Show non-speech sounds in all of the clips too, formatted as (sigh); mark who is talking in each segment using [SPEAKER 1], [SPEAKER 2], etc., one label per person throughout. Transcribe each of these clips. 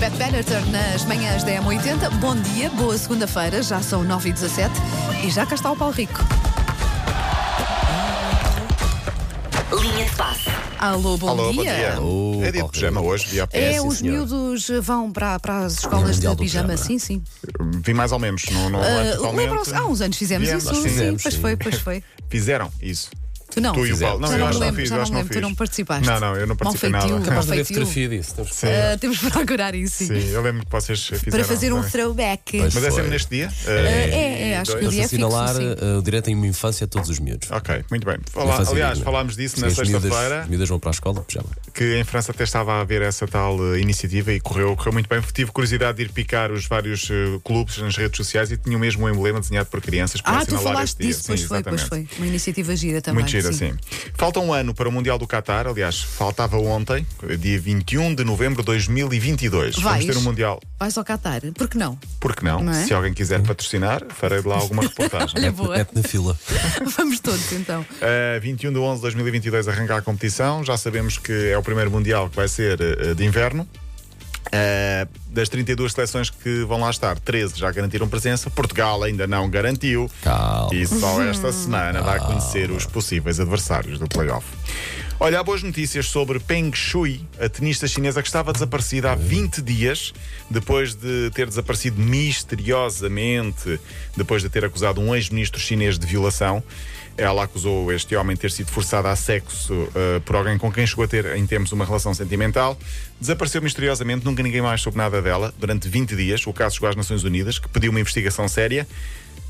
[SPEAKER 1] Pat Benatar nas manhãs da M80. Bom dia, boa segunda-feira, já são 9h17 e já cá está o Paulo Rico.
[SPEAKER 2] Linha de passe.
[SPEAKER 1] Alô, bom
[SPEAKER 3] Alô, bom
[SPEAKER 1] dia.
[SPEAKER 3] dia.
[SPEAKER 4] Alô,
[SPEAKER 3] é dia de
[SPEAKER 4] Paulo
[SPEAKER 3] pijama hoje, dia a
[SPEAKER 1] É,
[SPEAKER 3] pé.
[SPEAKER 4] sim,
[SPEAKER 1] os
[SPEAKER 4] senhora.
[SPEAKER 1] miúdos vão para, para as escolas de
[SPEAKER 4] Mundial
[SPEAKER 1] pijama.
[SPEAKER 4] do pijama.
[SPEAKER 1] sim, sim.
[SPEAKER 3] Vim mais ou menos, não, não é
[SPEAKER 1] Ah,
[SPEAKER 3] totalmente.
[SPEAKER 1] Lembram-se, há uns anos fizemos
[SPEAKER 3] Viemos,
[SPEAKER 1] isso,
[SPEAKER 3] nós fizemos,
[SPEAKER 1] sim, pois
[SPEAKER 4] sim.
[SPEAKER 1] foi, pois foi.
[SPEAKER 3] Fizeram isso.
[SPEAKER 1] Tu não.
[SPEAKER 3] tu e o Paulo.
[SPEAKER 4] fizemos.
[SPEAKER 3] Não,
[SPEAKER 1] Já
[SPEAKER 3] eu
[SPEAKER 1] não
[SPEAKER 3] acho
[SPEAKER 1] me
[SPEAKER 3] que não
[SPEAKER 1] lembro,
[SPEAKER 3] fiz,
[SPEAKER 1] já
[SPEAKER 3] eu
[SPEAKER 1] não me
[SPEAKER 3] acho que não
[SPEAKER 1] lembro,
[SPEAKER 3] fiz.
[SPEAKER 1] tu não participaste.
[SPEAKER 3] Não, não, eu não participei
[SPEAKER 1] foi
[SPEAKER 3] nada.
[SPEAKER 1] tu.
[SPEAKER 4] Capaz de
[SPEAKER 1] Foi
[SPEAKER 4] haver
[SPEAKER 1] tu.
[SPEAKER 4] fotografia disso. Temos que
[SPEAKER 3] Sim,
[SPEAKER 1] Ah, temos que procurar isso, sim.
[SPEAKER 3] (laughs) sim, eu lembro que vocês fizeram.
[SPEAKER 1] Para fazer um
[SPEAKER 3] não é?
[SPEAKER 1] throwback.
[SPEAKER 4] Pois.
[SPEAKER 3] Mas é sempre
[SPEAKER 4] Foi.
[SPEAKER 3] neste dia?
[SPEAKER 1] é, é, acho que o
[SPEAKER 3] dois.
[SPEAKER 1] dia é fixo,
[SPEAKER 4] assinalar
[SPEAKER 1] sim.
[SPEAKER 4] eh, o direito à uma infância a todos os miúdos.
[SPEAKER 3] Ok, muito bem. Fala-
[SPEAKER 4] Infância
[SPEAKER 3] aliás,
[SPEAKER 4] digna.
[SPEAKER 3] falámos disso
[SPEAKER 4] Sim,
[SPEAKER 3] na
[SPEAKER 4] as miúdas-
[SPEAKER 3] sexta-feira,
[SPEAKER 4] As miúdas vão para a escola, já.
[SPEAKER 3] que em França até estava a haver essa tal eh, iniciativa e correu, correu muito bem. Tive curiosidade de ir picar os vários eh, clubes nas redes sociais e tinha o mesmo emblema desenhado por crianças para
[SPEAKER 1] Ah, tu
[SPEAKER 3] assinalar
[SPEAKER 1] falaste
[SPEAKER 3] este dia.
[SPEAKER 1] disso, pois
[SPEAKER 3] sim,
[SPEAKER 1] foi, pois
[SPEAKER 3] exatamente.
[SPEAKER 1] foi. Uma iniciativa gira também.
[SPEAKER 3] Muito gira, sim. Falta um ano para o Mundial do Qatar, aliás, faltava ontem, dia 21 de novembro de 2022.
[SPEAKER 1] Vais?
[SPEAKER 3] Vamos ter um Mundial.
[SPEAKER 1] Vais ao Qatar, por que não? (laughs)
[SPEAKER 3] Por que não?
[SPEAKER 1] Não é?
[SPEAKER 3] Se alguém quiser patrocinar, farei de lá alguma reportagem.
[SPEAKER 1] Olha, boa.
[SPEAKER 4] Mete na fila.
[SPEAKER 1] Vamos todos então.
[SPEAKER 3] Uh, 21 de 11 de 2022 arranca a competição. Já sabemos que é o primeiro Mundial que vai ser uh, de inverno. Uh, das 32 seleções que vão lá estar, 13 já garantiram presença. Portugal ainda não garantiu.
[SPEAKER 4] Calma.
[SPEAKER 3] E só esta semana vai conhecer os possíveis adversários do playoff. Olha, há boas notícias sobre Peng Shui, a tenista chinesa que estava desaparecida há 20 dias, depois de ter desaparecido misteriosamente, depois de ter acusado um ex-ministro chinês de violação. Ela acusou este homem de ter sido forçado a sexo eh, por alguém com quem chegou a ter, em termos, uma relação sentimental. Desapareceu misteriosamente, nunca ninguém mais soube nada dela, durante 20 dias. O caso chegou às Nações Unidas, que pediu uma investigação séria.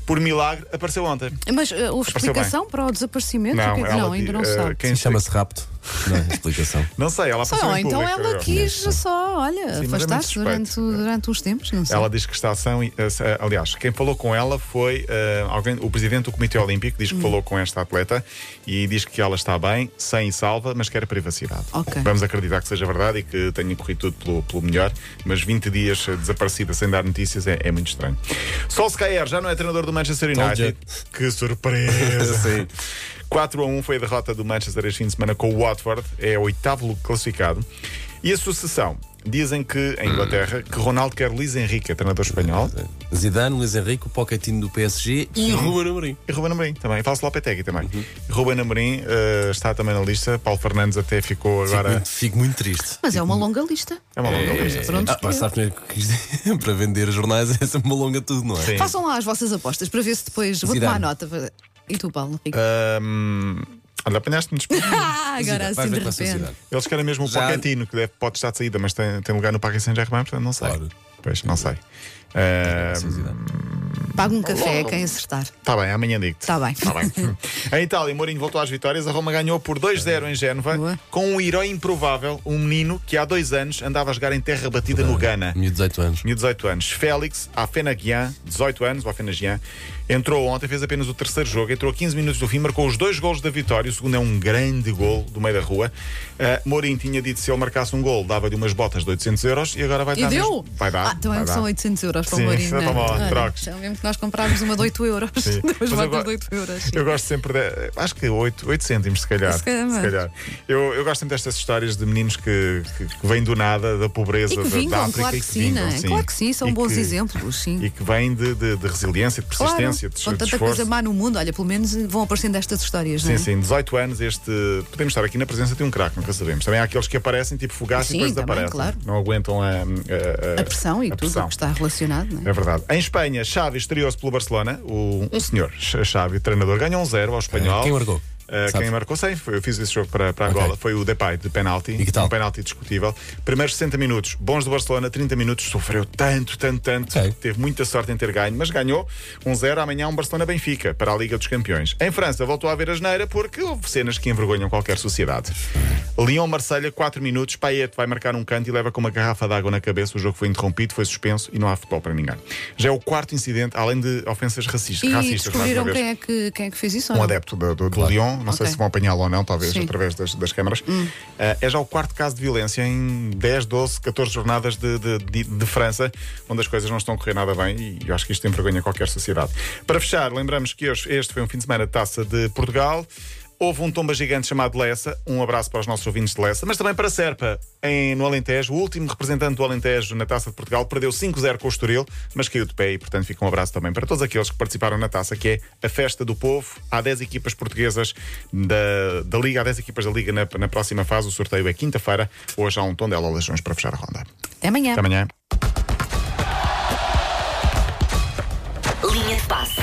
[SPEAKER 3] Por milagre, apareceu ontem.
[SPEAKER 1] Mas eh, houve
[SPEAKER 3] Apareceu
[SPEAKER 1] explicação para o desaparecimento?
[SPEAKER 3] Não,
[SPEAKER 1] O que é que-
[SPEAKER 3] ela
[SPEAKER 1] não ainda
[SPEAKER 3] di-
[SPEAKER 1] não
[SPEAKER 3] eh,
[SPEAKER 1] sabe.
[SPEAKER 3] quem-
[SPEAKER 4] Sim, chama-se rapto. Não é? Explicação.
[SPEAKER 3] Não sei, ela
[SPEAKER 1] Só,
[SPEAKER 3] apareceu em
[SPEAKER 1] então
[SPEAKER 3] público
[SPEAKER 1] ela
[SPEAKER 3] agora.
[SPEAKER 1] quis só, olha,
[SPEAKER 3] Sim, mas é
[SPEAKER 1] afastar-se
[SPEAKER 3] muito
[SPEAKER 1] durante,
[SPEAKER 3] suspeito.
[SPEAKER 1] durante uns tempos, não sei.
[SPEAKER 3] Ela diz que está ação. e- eh, Aliás, quem falou com ela foi eh, alguém, o presidente do Comitê Olímpico, diz que falou com esta atleta e diz que ela está bem, sã e salva, mas quer a privacidade.
[SPEAKER 1] Ok.
[SPEAKER 3] Vamos acreditar que seja verdade e que tenha corrido tudo pelo, pelo melhor, mas 20 dias eh, desaparecida sem dar notícias é, é muito estranho. Solskjaer já não é treinador do Manchester United.
[SPEAKER 4] Solskjaer.
[SPEAKER 3] Que surpresa!
[SPEAKER 4] (laughs) Sim.
[SPEAKER 3] 4 a 1 foi a derrota do Manchester este fim de semana com o Watford, é o oitavo classificado. E a sucessão? Dizem que, em Inglaterra, que Ronaldo quer Luís Henrique, é treinador espanhol,
[SPEAKER 4] Zidane, Luís Henrique, o Pochettino do PSG e Ruben Amorim.
[SPEAKER 3] e Ruben Amorim também, e fala-se Lopetegui também.
[SPEAKER 4] Uhum.
[SPEAKER 3] Ruben Amorim eh, está também na lista, Paulo Fernandes até ficou
[SPEAKER 4] Fico
[SPEAKER 3] agora...
[SPEAKER 4] muito, fico muito triste.
[SPEAKER 1] Mas é uma longa lista.
[SPEAKER 3] É uma longa lista.
[SPEAKER 4] É,
[SPEAKER 1] Pronto,
[SPEAKER 4] ah, mas sabes primeiro que quis- (laughs) para vender jornais é sempre uma longa tudo, não é?
[SPEAKER 3] Sim.
[SPEAKER 1] Façam lá as vossas apostas para ver se depois vou
[SPEAKER 4] Zidane.
[SPEAKER 1] tomar nota. E tu, Paulo Rico?
[SPEAKER 3] Ahm, ehm, olha, apanhaste-me desprevenido.
[SPEAKER 4] (laughs)
[SPEAKER 1] ah, agora
[SPEAKER 4] Zidane, vais
[SPEAKER 1] assim de
[SPEAKER 4] ver com a
[SPEAKER 1] repente.
[SPEAKER 4] sociedade.
[SPEAKER 3] Eles querem mesmo o
[SPEAKER 4] Já-
[SPEAKER 3] Pochettino, que deve- pode estar de saída, mas tem, tem lugar no Paris Saint-Germain, portanto não sei.
[SPEAKER 4] Claro.
[SPEAKER 3] Pois, não sei. Ah,
[SPEAKER 4] Sim, Zidane.
[SPEAKER 1] Paga um café a quem acertar.
[SPEAKER 3] Tá bem, amanhã digo-te.
[SPEAKER 1] Tá bem. (laughs)
[SPEAKER 3] Tá bem. em Itália, Mourinho voltou às vitórias. A Roma ganhou por 2-0 em Génova,
[SPEAKER 1] Boa.
[SPEAKER 3] com um herói improvável, um menino que há dois anos andava a jogar em terra batida no Ghana.
[SPEAKER 4] Miúdo de 18 anos.
[SPEAKER 3] Tinha 18 anos. Félix Afenagian, 18 anos, o Afenagian, entrou ontem, fez apenas o terceiro jogo, entrou a 15 minutos do fim, marcou os dois golos da vitória. O segundo é um grande gol do meio da rua. Ah, Mourinho tinha dito que se ele marcasse um gol, dava-lhe umas botas de 800 euros e agora vai
[SPEAKER 1] E
[SPEAKER 3] dar.
[SPEAKER 1] deu?
[SPEAKER 3] mesmo. Vai dar.
[SPEAKER 1] Ah, então é
[SPEAKER 3] vai
[SPEAKER 1] que
[SPEAKER 3] dar.
[SPEAKER 1] são 800 euros para o
[SPEAKER 3] Sim,
[SPEAKER 1] Mourinho.
[SPEAKER 3] isso é
[SPEAKER 1] não é?
[SPEAKER 3] para lá,
[SPEAKER 1] Olha,
[SPEAKER 3] trocos.
[SPEAKER 1] então mesmo que nós comprámos uma de 8 euros, (laughs) duas
[SPEAKER 3] Mas eu
[SPEAKER 1] botas
[SPEAKER 3] go-
[SPEAKER 1] de 8 euros.
[SPEAKER 3] Eu gosto sempre de. Acho que 8, 8 cêntimos, se calhar.
[SPEAKER 1] Se calhar mais.
[SPEAKER 3] Eu, eu gosto sempre destas histórias de meninos que, que, que vêm do nada, da pobreza,
[SPEAKER 1] E que
[SPEAKER 3] da- da,
[SPEAKER 1] vingam,
[SPEAKER 3] África.
[SPEAKER 1] claro
[SPEAKER 3] e
[SPEAKER 1] que sim,
[SPEAKER 3] vingam,
[SPEAKER 1] não é? Claro que sim, são
[SPEAKER 3] E
[SPEAKER 1] bons
[SPEAKER 3] que-
[SPEAKER 1] exemplos, sim.
[SPEAKER 3] E que vêm de, de- de resiliência, de
[SPEAKER 1] Claro,
[SPEAKER 3] persistência, de,
[SPEAKER 1] com
[SPEAKER 3] de
[SPEAKER 1] tanta
[SPEAKER 3] esforço.
[SPEAKER 1] coisa é? má no mundo, olha, pelo menos vão aparecendo estas histórias, não
[SPEAKER 3] Sim,
[SPEAKER 1] é?
[SPEAKER 3] sim, 18 anos, este. Podemos estar aqui na presença de um craque, nunca sabemos. Também há aqueles que aparecem, tipo fugaça
[SPEAKER 1] Sim,
[SPEAKER 3] e depois
[SPEAKER 1] também,
[SPEAKER 3] desaparecem.
[SPEAKER 1] claro.
[SPEAKER 3] Não aguentam a, a,
[SPEAKER 1] A pressão e
[SPEAKER 3] a
[SPEAKER 1] tudo o
[SPEAKER 3] pressão.
[SPEAKER 1] que está relacionado, não é?
[SPEAKER 3] É verdade. Em Espanha, Xavi estreou-se pelo Barcelona. O- um senhor, X- Xavi, treinador, ganhou um zero ao espanhol.
[SPEAKER 4] É, quem marcou?
[SPEAKER 3] Eh,
[SPEAKER 4] Sabes?
[SPEAKER 3] quem marcou, sei, foi- eu fiz esse jogo para, para
[SPEAKER 4] Ok.
[SPEAKER 3] Angola. Foi o Depay, de penalti.
[SPEAKER 4] E que tal?
[SPEAKER 3] Um penalti discutível. Primeiros 60 minutos, bons do Barcelona, 30 minutos, sofreu tanto, tanto, tanto.
[SPEAKER 4] Ok.
[SPEAKER 3] Teve muita sorte em ter ganho, mas ganhou um zero. Amanhã um Barcelona-Benfica para a Liga dos Campeões. Em França, voltou a haver asneira porque houve cenas que envergonham qualquer sociedade. Lyon-Marselha, 4 minutos. Payet vai marcar um canto e leva com uma garrafa de água na cabeça. O jogo foi interrompido, foi suspenso e não há futebol para ninguém. Já é o quarto incidente, além de ofensas racistas.
[SPEAKER 1] E
[SPEAKER 3] racistas mais uma
[SPEAKER 1] descobriram
[SPEAKER 3] vez
[SPEAKER 1] quem é, que, quem é que fez isso? ou
[SPEAKER 3] um
[SPEAKER 1] não?
[SPEAKER 3] adepto do, do, do Lyon, não sei
[SPEAKER 1] Ok.
[SPEAKER 3] se vão apanhá-lo ou não, talvez,
[SPEAKER 1] Sim. Hum.
[SPEAKER 3] através das, das câmaras. Ah, é já o quarto caso de violência em 10, 12, 14 jornadas de, de- de- de França, onde as coisas não estão a correr nada bem e eu acho que isto envergonha qualquer sociedade. Para fechar, lembramos que hoje, este foi um fim de semana de taça de Portugal. Houve um tomba gigante chamado Lessa. Um abraço para os nossos ouvintes de Lessa, mas também para Serpa, em, no Alentejo. O último representante do Alentejo na Taça de Portugal perdeu 5-0 com o Estoril, mas caiu de pé e, portanto, fica um abraço também para todos aqueles que participaram na taça, que é a festa do povo. Há 10 equipas portuguesas da, da Liga, há 10 equipas da Liga na, na próxima fase. O sorteio é quinta-feira. Hoje há um tom dela Leixões para fechar a ronda.
[SPEAKER 1] Até amanhã.
[SPEAKER 3] Até amanhã.
[SPEAKER 2] Linha de passe.